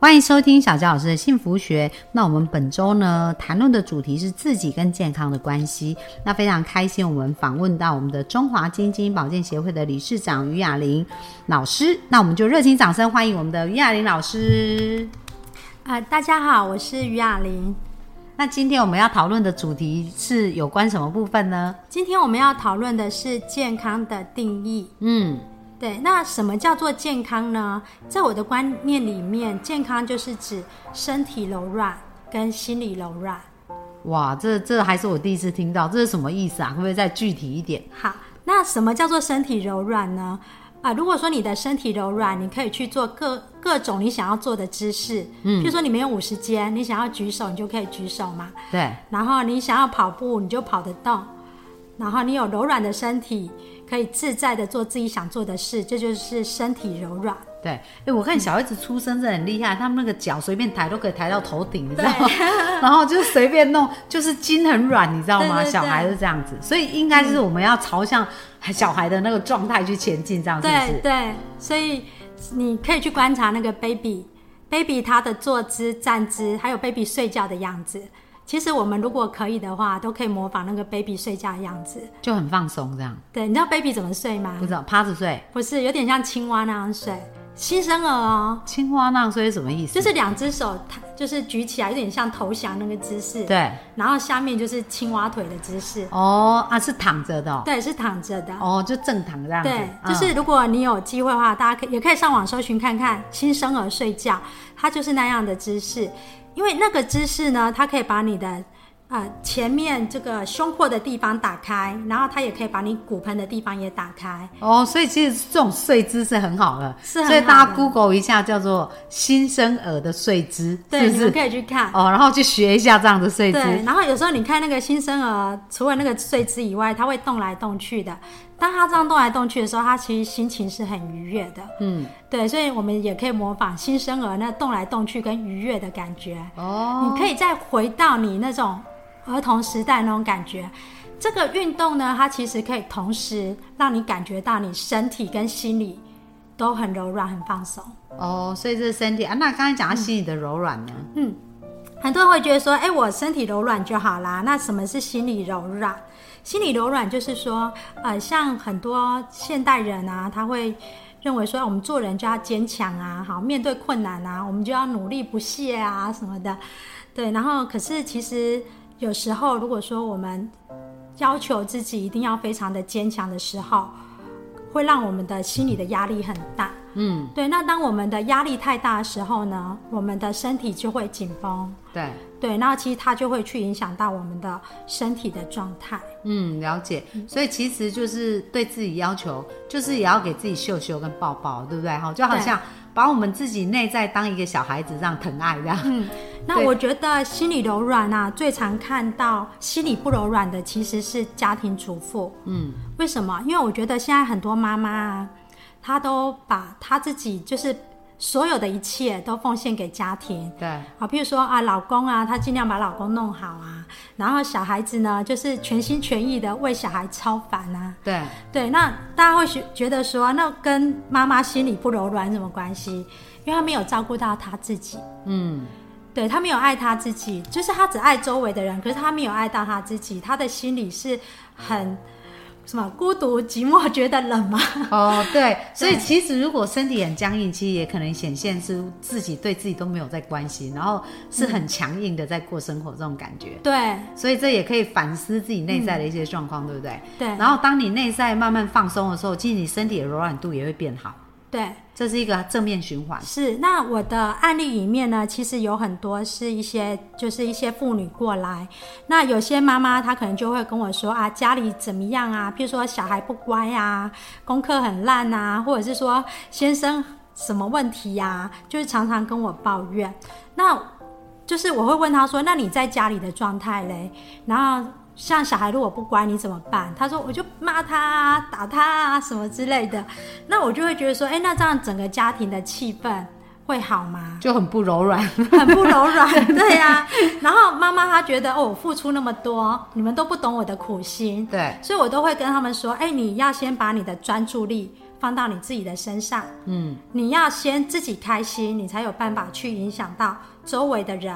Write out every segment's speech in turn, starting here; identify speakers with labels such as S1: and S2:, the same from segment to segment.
S1: 欢迎收听小纪老师的幸福学。那我们本周呢，谈论的主题是自己跟健康的关系。那非常开心，我们访问到我们的中华基金保健协会的理事长于雅玲老师。那我们就热情掌声欢迎我们的于雅玲老师。
S2: 啊、大家好，我是于雅玲。
S1: 那今天我们要讨论的主题是有关什么部分呢？
S2: 今天我们要讨论的是健康的定义。
S1: 嗯，
S2: 对，那什么叫做健康呢？在我的观念里面，健康就是指身体柔软跟心理柔软。
S1: 哇，这这还是我第一次听到，这是什么意思啊？会不会再具体一点？
S2: 好，那什么叫做身体柔软呢？啊，如果说你的身体柔软，你可以去做各各种你想要做的姿势。嗯，譬如说你没有五十肩，你想要举手，你就可以举手嘛。
S1: 对，
S2: 然后你想要跑步，你就跑得动，然后你有柔软的身体，可以自在的做自己想做的事，这就是身体柔软。
S1: 对，哎、我看小孩子出生真的很厉害，他们那个脚随便抬都可以抬到头顶，你知道吗？ 然后就随便弄，就是筋很软，你知道吗？
S2: 对对对
S1: 小孩是这样子，所以应该是我们要朝向小孩的那个状态去前进，这样是不
S2: 对
S1: 是？
S2: 对，所以你可以去观察那个 baby。baby 他的坐姿、站姿，还有 baby 睡觉的样子，其实我们如果可以的话，都可以模仿那个 baby 睡觉的样子。
S1: 就很放松这样，
S2: 对，你知道 baby 怎么睡吗
S1: 不？知道趴着睡，
S2: 不是，有点像青蛙那样睡，新生儿哦，
S1: 青蛙那样睡是什么意思？
S2: 就是两只手，它就是举起来，有点像投降那个姿势。
S1: 对，
S2: 然后下面就是青蛙腿的姿势，
S1: 哦啊，是躺着的哦，
S2: 对，是躺着的。
S1: 哦就正躺这样子，
S2: 对，
S1: 嗯
S2: 就是如果你有机会的话，大家可以也可以上网搜寻看看新生儿睡觉，它就是那样的姿势，因为那个姿势呢，它可以把你的呃前面这个胸廓的地方打开，然后它也可以把你骨盆的地方也打开。
S1: 哦，所以其实这种睡姿是很好的，
S2: 是很好
S1: 所
S2: 的
S1: 以大家 Google 一下叫做新生儿的睡姿，
S2: 对，
S1: 是不
S2: 你们
S1: 是？
S2: 可以去看。
S1: 哦，然后去学一下这样的睡姿，
S2: 对，然后有时候你看那个新生儿，除了那个睡姿以外，他会动来动去的。当他这样动来动去的时候，他其实心情是很愉悦的。
S1: 嗯，
S2: 对，所以我们也可以模仿新生儿那动来动去跟愉悦的感觉。
S1: 哦，
S2: 你可以再回到你那种儿童时代那种感觉。这个运动呢，它其实可以同时让你感觉到你身体跟心理都很柔软、很放松。
S1: 哦，所以这是身体啊。那刚才讲到心理的柔软呢？
S2: 嗯很多人会觉得说，哎、我身体柔软就好啦。那什么是心理柔软？心理柔软就是说，呃，像很多现代人啊，他会认为说，我们做人就要坚强啊，好面对困难啊，我们就要努力不懈啊什么的。对，然后可是其实有时候，如果说我们要求自己一定要非常的坚强的时候，会让我们的心理的压力很大。
S1: 嗯，
S2: 对，那当我们的压力太大的时候呢，我们的身体就会紧绷。
S1: 对，
S2: 对，那其实它就会去影响到我们的身体的状态。
S1: 嗯，了解。所以其实就是对自己要求，就是也要给自己秀秀跟抱抱，对不对？哈，就好
S2: 对
S1: 像把我们自己内在当一个小孩子这样疼爱这样。
S2: 嗯，那
S1: 对
S2: 我觉得心理柔软啊，最常看到心理不柔软的其实是家庭主妇。
S1: 嗯，
S2: 为什么？因为我觉得现在很多妈妈啊，她都把她自己就是所有的一切都奉献给家庭。
S1: 对，
S2: 好，譬如说啊，老公啊，她尽量把老公弄好啊，然后小孩子呢，就是全心全意的为小孩操烦啊。
S1: 对，
S2: 对，那大家会觉觉得说，那跟妈妈心理不柔软有什么关系？因为她没有照顾到她自己，
S1: 嗯，
S2: 对她没有爱她自己，就是她只爱周围的人，可是她没有爱到她自己，她的心里是很什么孤独、寂寞、觉得冷吗？
S1: 哦，对。所以其实如果身体很僵硬，其实也可能显现出自己对自己都没有在关心，然后是很强硬的在过生活这种感觉。
S2: 对
S1: 所以这也可以反思自己内在的一些状况，对不对？
S2: 对
S1: 然后当你内在慢慢放松的时候，其实你身体的柔软度也会变好，
S2: 对，
S1: 这是一个正面循环。
S2: 是。那我的案例里面呢，其实有很多是一些就是一些妇女过来，那有些妈妈她可能就会跟我说啊，家里怎么样啊？譬如说小孩不乖啊，功课很烂啊，或者是说先生什么问题呀、就是常常跟我抱怨。那就是我会问他说，那你在家里的状态嘞？然后像小孩如果不乖，你怎么办？他说我就骂他、啊、打他啊什么之类的。那我就会觉得说，哎、那这样整个家庭的气氛会好吗？
S1: 就很不柔软。
S2: 很不柔软，对呀、然后妈妈她觉得哦，我付出那么多，你们都不懂我的苦心，
S1: 对，
S2: 所以我都会跟他们说，哎、你要先把你的专注力放到你自己的身上，
S1: 嗯，
S2: 你要先自己开心，你才有办法去影响到周围的人。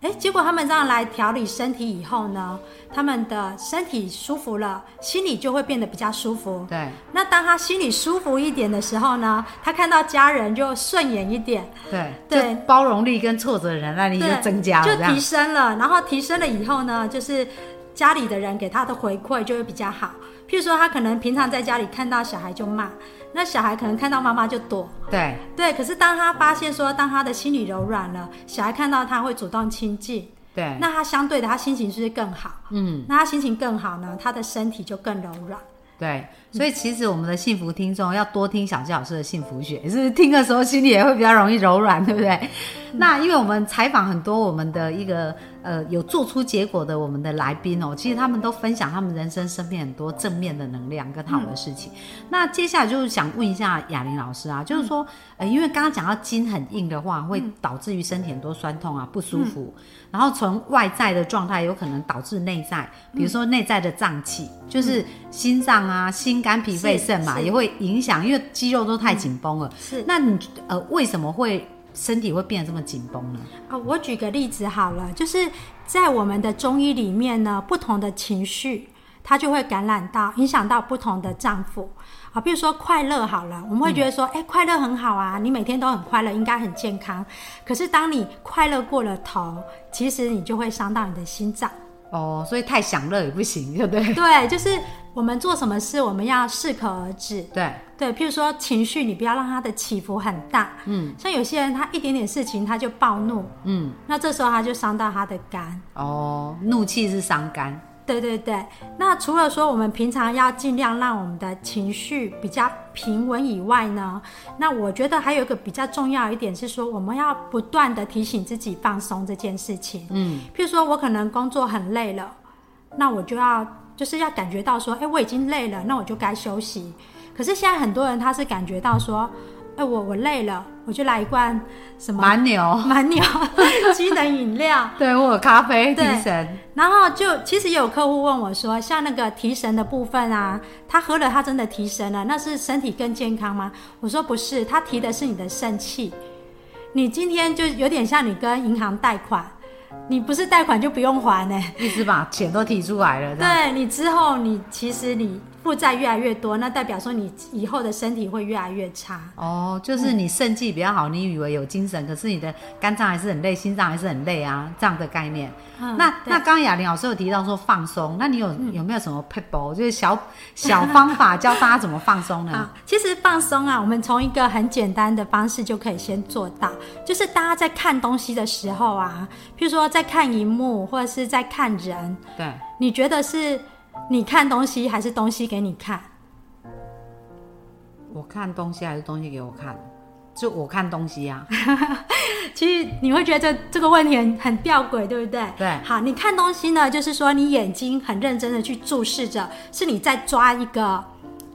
S2: 哎，结果他们这样来调理身体以后呢，他们的身体舒服了，心里就会变得比较舒服。
S1: 对
S2: 那当他心里舒服一点的时候呢，他看到家人就顺眼一点，
S1: 对
S2: 对
S1: 就包容力跟挫折忍耐力就
S2: 对，
S1: 哎增加了，
S2: 就
S1: 这
S2: 提
S1: 样
S2: 升了。然后提升了以后呢，就是家里的人给他的回馈就会比较好。譬如说，他可能平常在家里看到小孩就骂，那小孩可能看到妈妈就躲。
S1: 对
S2: 对，可是当他发现说，当他的心里柔软了，小孩看到他会主动亲近，
S1: 对，
S2: 那他相对的他心情是不是更好？
S1: 嗯
S2: 那他心情更好呢，他的身体就更柔软。
S1: 对，所以其实我们的幸福听众要多听小纪老师的幸福学，是不是听的时候心里也会比较容易柔软，对不对？嗯那因为我们采访很多我们的一个呃有做出结果的我们的来宾哦，其实他们都分享他们人生身边很多正面的能量跟好的事
S2: 嗯
S1: 情。那接下来就是想问一下雅玲老师啊，就是说，呃，因为刚刚讲到筋很硬的话，会导致于身体很多酸痛啊、不舒服，
S2: 嗯
S1: 然后从外在的状态有可能导致内在，
S2: 嗯
S1: 比如说内在的脏器，就是心脏啊、心肝脾肺肾嘛，
S2: 是是
S1: 也会影响，因为肌肉都太紧绷了。
S2: 是
S1: 那你呃为什么会身体会变得这么紧绷呢？
S2: 啊，我举个例子好了，就是在我们的中医里面呢，不同的情绪，它就会感染到、影响到不同的脏腑啊。比如说快乐好了，我们会觉得说，哎、快乐很好啊，你每天都很快乐，应该很健康。可是当你快乐过了头，其实你就会伤到你的心脏。
S1: 哦，所以太享乐也不行，对不对？
S2: 对，就是我们做什么事，我们要适可而止。
S1: 对
S2: 对，譬如说情绪，你不要让它的起伏很大。
S1: 嗯，
S2: 像有些人，他一点点事情他就暴怒，
S1: 嗯，
S2: 那这时候他就伤到他的肝。
S1: 哦，怒气是伤肝，
S2: 对对对，那除了说我们平常要尽量让我们的情绪比较平稳以外呢，那我觉得还有一个比较重要一点是说，我们要不断的提醒自己放松这件事情。
S1: 嗯，
S2: 譬如说我可能工作很累了，那我就要就是要感觉到说，哎，我已经累了，那我就该休息。可是现在很多人他是感觉到说，哎，我我累了，我就来一罐什么
S1: 蛮牛，
S2: 蛮牛机能饮料，
S1: 对我有咖啡提
S2: 对
S1: 神，
S2: 然后就其实也有客户问我说，像那个提神的部分啊，他喝了他真的提神了，那是身体更健康吗？我说不是，他提的是你的肾气。你今天就有点像你跟银行贷款，你不是贷款就不用还呢、
S1: 一直把钱都提出来了，这样
S2: 对你之后你其实你负债越来越多，那代表说你以后的身体会越来越差。
S1: 哦，就是你肾气比较好，你以为有精神，可是你的肝脏还是很累，心脏还是很累啊，这样的概念。
S2: 嗯
S1: 那
S2: 对
S1: 那刚刚雅玲老师有提到说放松，那你有、有没有什么 p e b b l 就是小小方法教大家怎么放松呢？
S2: 啊，其实放松啊，我们从一个很简单的方式就可以先做到，就是大家在看东西的时候啊，譬如说在看荧幕或者是在看人，
S1: 对，
S2: 你觉得是你看东西还是东西给你看？
S1: 我看东西还是东西给我看，就我看东西 啊，
S2: 其实你会觉得这这个问题很很吊诡，对不对？
S1: 对
S2: 好，你看东西呢，就是说你眼睛很认真的去注视着，是你在抓一个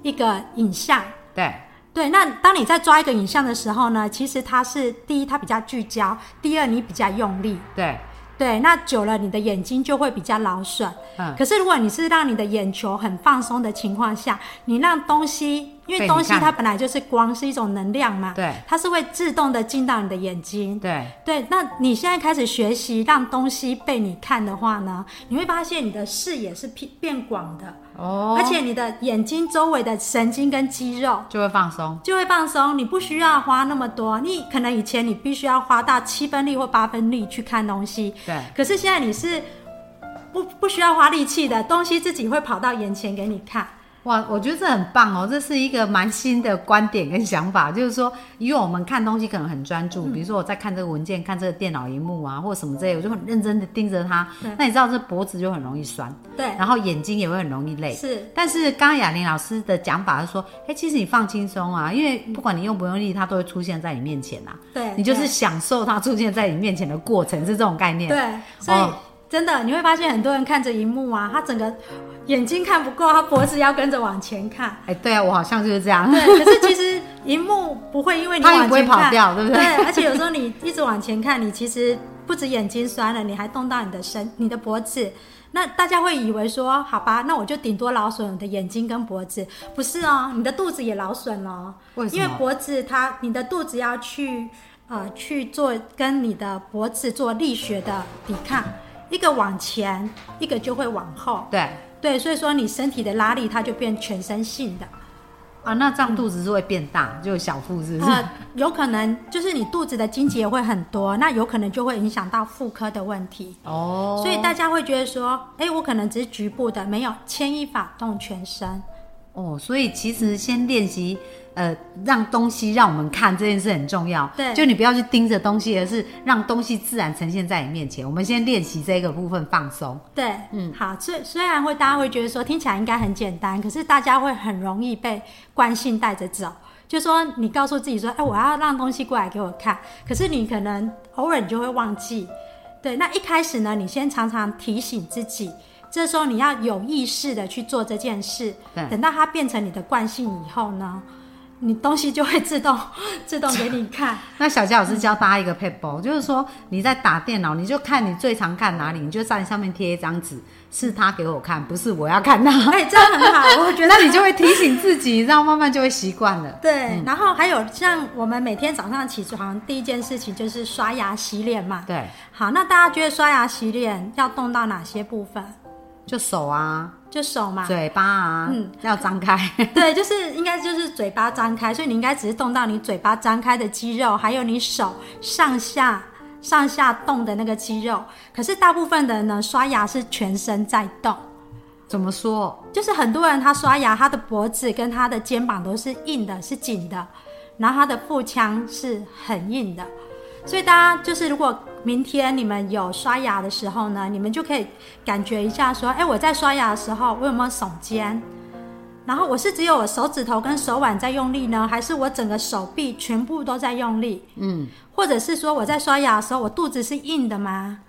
S2: 一个影像。
S1: 对
S2: 对，那当你在抓一个影像的时候呢，其实它是第一，它比较聚焦；第二，你比较用力。
S1: 对，
S2: 对，那久了你的眼睛就会比较劳损。
S1: 嗯，
S2: 可是如果你是让你的眼球很放松的情况下，你让东西，因
S1: 被
S2: 为
S1: 你
S2: 东西
S1: 看
S2: 它本来就是光，是一种能量嘛，
S1: 对
S2: 它是会自动的进到你的眼睛。
S1: 对
S2: 对，那你现在开始学习让东西被你看的话呢，你会发现你的视野是变变广的，
S1: 哦，
S2: 而且你的眼睛周围的神经跟肌肉
S1: 就会放松，
S2: 就会放松，你不需要花那么多。你可能以前你必须要花到七分力或八分力去看东西，
S1: 对
S2: 可是现在你是不不需要花力气的，东西自己会跑到眼前给你看。
S1: 哇，我觉得这很棒哦，这是一个蛮新的观点跟想法，就是说，因为我们看东西可能很专
S2: 嗯
S1: 注，比如说我在看这个文件、看这个电脑荧幕啊，或什么之类，我就很认真的盯着它
S2: 对。
S1: 那你知道这脖子就很容易酸，
S2: 对，
S1: 然后眼睛也会很容易累。
S2: 是，
S1: 但是刚刚雅玲老师的讲法是说，哎，其实你放轻松啊，因为不管你用不用力，它都会出现在你面前啊，
S2: 对，
S1: 你就是
S2: 对
S1: 享受它出现在你面前的过程，是这种概念。
S2: 对，所以。
S1: 哦
S2: 真的，你会发现很多人看着荧幕啊，他整个眼睛看不够，他脖子要跟着往前看。
S1: 哎，对啊，我好像就是这样。
S2: 对，可是其实荧幕不会因为你
S1: 它也
S2: 往
S1: 不会
S2: 前
S1: 跑
S2: 看，
S1: 掉对不对
S2: 对，而且有时候你 一直往前看，你其实不止眼睛酸了，你还动到你的身、你的脖子。那大家会以为说，好吧，那我就顶多劳损我的眼睛跟脖子，不是哦，你的肚子也劳损了哦，
S1: 为什么
S2: 因为脖子它，你的肚子要去呃去做跟你的脖子做力学的抵抗，一个往前，一个就会往后，
S1: 对
S2: 对，所以说你身体的拉力它就变全身性的。
S1: 啊，那这样肚子是会变大，就有小腹是不是？
S2: 呃，有可能就是你肚子的经节会很多，那有可能就会影响到妇科的问题。
S1: 哦，
S2: 所以大家会觉得说，哎，我可能只是局部的，没有牵一发动全身。
S1: 哦，所以其实先练习，呃，让东西让我们看这件事很重要。
S2: 对
S1: 就你不要去盯着东西，而是让东西自然呈现在你面前。我们先练习这个部分放松。
S2: 对，嗯，好。虽虽然会大家会觉得说听起来应该很简单，可是大家会很容易被惯性带着走。就说你告诉自己说，哎，我要让东西过来给我看，可是你可能偶尔你就会忘记。对，那一开始呢，你先常常提醒自己，这时候你要有意识的去做这件事。
S1: 对
S2: 等到它变成你的惯性以后呢，你东西就会自动 自动给你看。
S1: 那小佳老师教大家一个 p a p e 就是说你在打电脑，你就看你最常看哪里，你就在上面贴一张纸，是他给我看，不是我要看他。
S2: 哎，这样很好，我觉得
S1: 那你就会提醒自己，然后慢慢就会习惯了。
S2: 对，然后还有像我们每天早上起床第一件事情就是刷牙洗脸嘛。
S1: 对，
S2: 好，那大家觉得刷牙洗脸要动到哪些部分？
S1: 就手啊、
S2: 就手嘛。
S1: 嘴巴啊，
S2: 嗯
S1: 要张开。
S2: 对，就是应该就是嘴巴张开，所以你应该只是动到你嘴巴张开的肌肉，还有你手上下上下动的那个肌肉。可是大部分的人呢，刷牙是全身在动。
S1: 怎么说？
S2: 就是很多人他刷牙，他的脖子跟他的肩膀都是硬的，是紧的，然后他的腹腔是很硬的，所以大家就是如果明天你们有刷牙的时候呢，你们就可以感觉一下说，哎，我在刷牙的时候，我有没有耸肩？然后我是只有我手指头跟手腕在用力呢，还是我整个手臂全部都在用力？
S1: 嗯，
S2: 或者是说我在刷牙的时候，我肚子是硬的吗？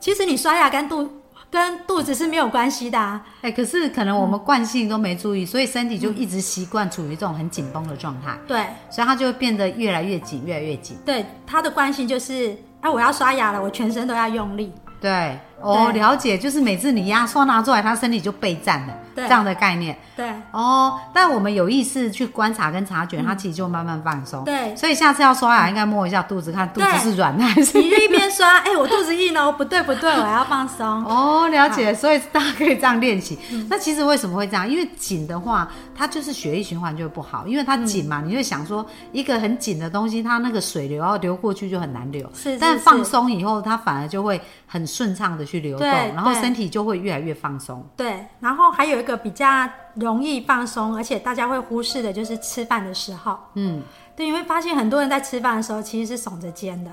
S2: 其实你刷牙跟肚跟肚子是没有关系的、啊，
S1: 哎、可是可能我
S2: 嗯
S1: 们惯性都没注意，所以身体就一直习惯处于这种很紧绷的状态，
S2: 对。
S1: 所以它就会变得越来越紧，越来越紧。
S2: 对，它的惯性就是，哎、我要刷牙了，我全身都要用力。
S1: 对，哦，
S2: 对
S1: 了解，就是每次你压缩拿出来，它身体就备战了，
S2: 对
S1: 这样的概念。
S2: 对，
S1: 哦，但我们有意识去观察跟察觉，它其实就慢慢放松。
S2: 嗯对
S1: 所以下次要刷牙，应该摸一下肚子，看肚子
S2: 对
S1: 是软的还是
S2: 你。就一边刷，哎、我肚子硬哦，不对不对，我要 放松。
S1: 哦，了解，所以大家可以这样练习。
S2: 嗯
S1: 那其实为什么会这样？因为紧的话，它就是血液循环就会不好，因为它紧嘛，你就想说一个很紧的东西，它那个水流要流过去就很难流。
S2: 是是
S1: 但
S2: 是
S1: 放松以后，它反而就会很顺畅的去流动，
S2: 对
S1: 然后
S2: 对
S1: 身体就会越来越放松。
S2: 对，然后还有一个比较容易放松，而且大家会忽视的就是吃饭的时候。
S1: 嗯，
S2: 对，你会发现很多人在吃饭的时候其实是耸着肩的。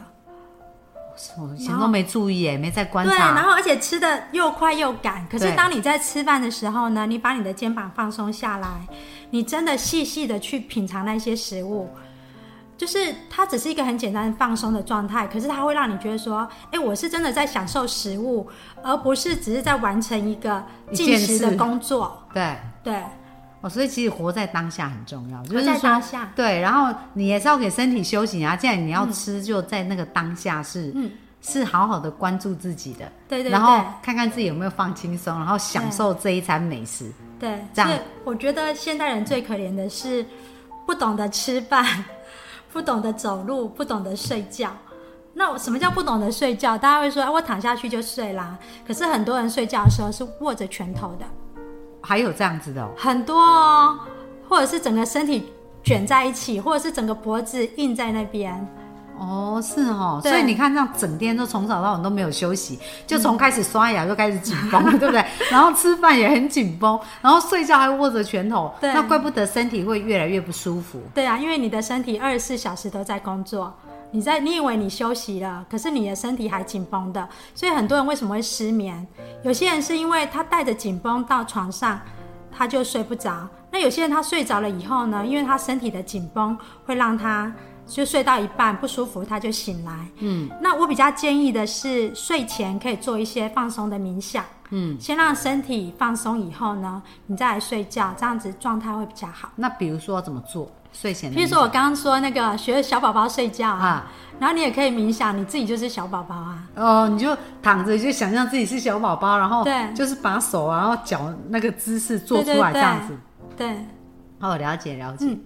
S1: 我以前都没注意耶，没在观
S2: 对，然
S1: 察。
S2: 后而且吃的又快又赶。可是
S1: 对
S2: 当你在吃饭的时候呢，你把你的肩膀放松下来，你真的细细的去品尝那些食物，就是它只是一个很简单放松的状态，可是它会让你觉得说，哎，我是真的在享受食物，而不是只是在完成一个
S1: 一
S2: 进
S1: 件
S2: 食
S1: 事
S2: 的工作。
S1: 对，
S2: 对，
S1: 哦，所以其实活在当下很重要，就
S2: 活
S1: 是
S2: 在
S1: 说
S2: 当下
S1: 对，然后你也是要给身体休息啊。既然你要吃，就在那个当下是、
S2: 嗯
S1: 是好好的关注自己的，
S2: 对对
S1: 然后
S2: 对
S1: 看看自己有没有放轻松，然后享受这一餐美食。
S2: 对，
S1: 这样
S2: 所以我觉得现代人最可怜的是不懂得吃饭， 不懂得走路，不懂得睡觉。那我什么叫不懂得睡觉？大家会说，哎，我躺下去就睡啦。可是很多人睡觉的时候是握着拳头的，
S1: 还有这样子的、哦，
S2: 很多哦，或者是整个身体卷在一起，或者是整个脖子硬在那边。
S1: 哦，是哦，
S2: 对
S1: 所以你看，这样整天都从早到晚都没有休息，就
S2: 嗯
S1: 从开始刷牙就开始紧绷了，对不对？ 然后吃饭也很紧绷，然后睡觉还握着拳头，
S2: 对
S1: 那怪不得身体会越来越不舒服。
S2: 对啊，因为你的身体二十四小时都在工作，你在你以为你休息了，可是你的身体还紧绷的，所以很多人为什么会失眠？有些人是因为他带着紧绷到床上，他就睡不着。那有些人他睡着了以后呢，因为他身体的紧绷会让他就睡到一半不舒服，他就醒来。嗯，那我比较建议的是睡前可以做一些放松的冥想。嗯，先让身体放松以后呢，你再来睡觉，这样子状态会比较好。
S1: 那比如说怎么做？睡前的
S2: 譬
S1: 冥
S2: 如
S1: 想，
S2: 说我刚刚说那个啊学小宝宝睡觉啊，
S1: 嗯啊
S2: 然后你也可以冥想，你自己就是小宝宝啊。
S1: 哦，你就躺着就想象自己是小宝宝，然后
S2: 对
S1: 就是把手啊，然后脚那个姿势做出
S2: 对对
S1: 来
S2: 对
S1: 这样子。
S2: 对，
S1: 哦，了解了解，嗯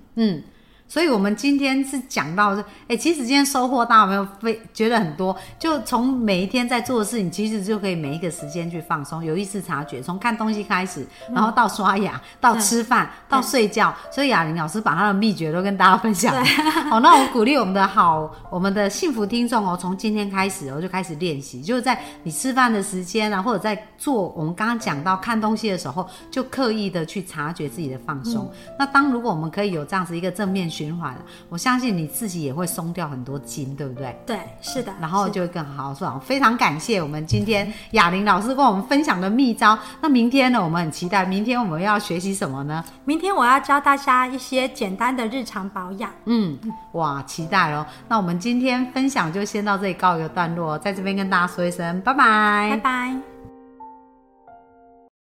S1: 所以我们今天是讲到是，哎、其实今天收获大家有没有非觉得很多？就从每一天在做的事情，其实就可以每一个时间去放松，有意识察觉，从看东西开始，
S2: 嗯
S1: 然后到刷牙，到吃饭，到睡觉。所以雅玲老师把她的秘诀都跟大家分享了。好，那我鼓励我们的好，我们的幸福听众哦，从今天开始哦就开始练习，就是在你吃饭的时间啊，或者在做我们刚刚讲到看东西的时候，就刻意的去察觉自己的放松。那当如果我们可以有这样子一个正面循环，我相信你自己也会松掉很多筋，对不对？
S2: 对，是的。
S1: 然后
S2: 是的
S1: 就会更好爽。非常感谢我们今天雅玲老师跟我们分享的秘招。那明天呢，我们很期待，明天我们要学习什么呢？
S2: 明天我要教大家一些简单的日常保养。
S1: 嗯，哇，期待喽！那哦我们今天分享就先到这里告一个段落，在这边跟大家说一声拜拜
S2: 拜拜。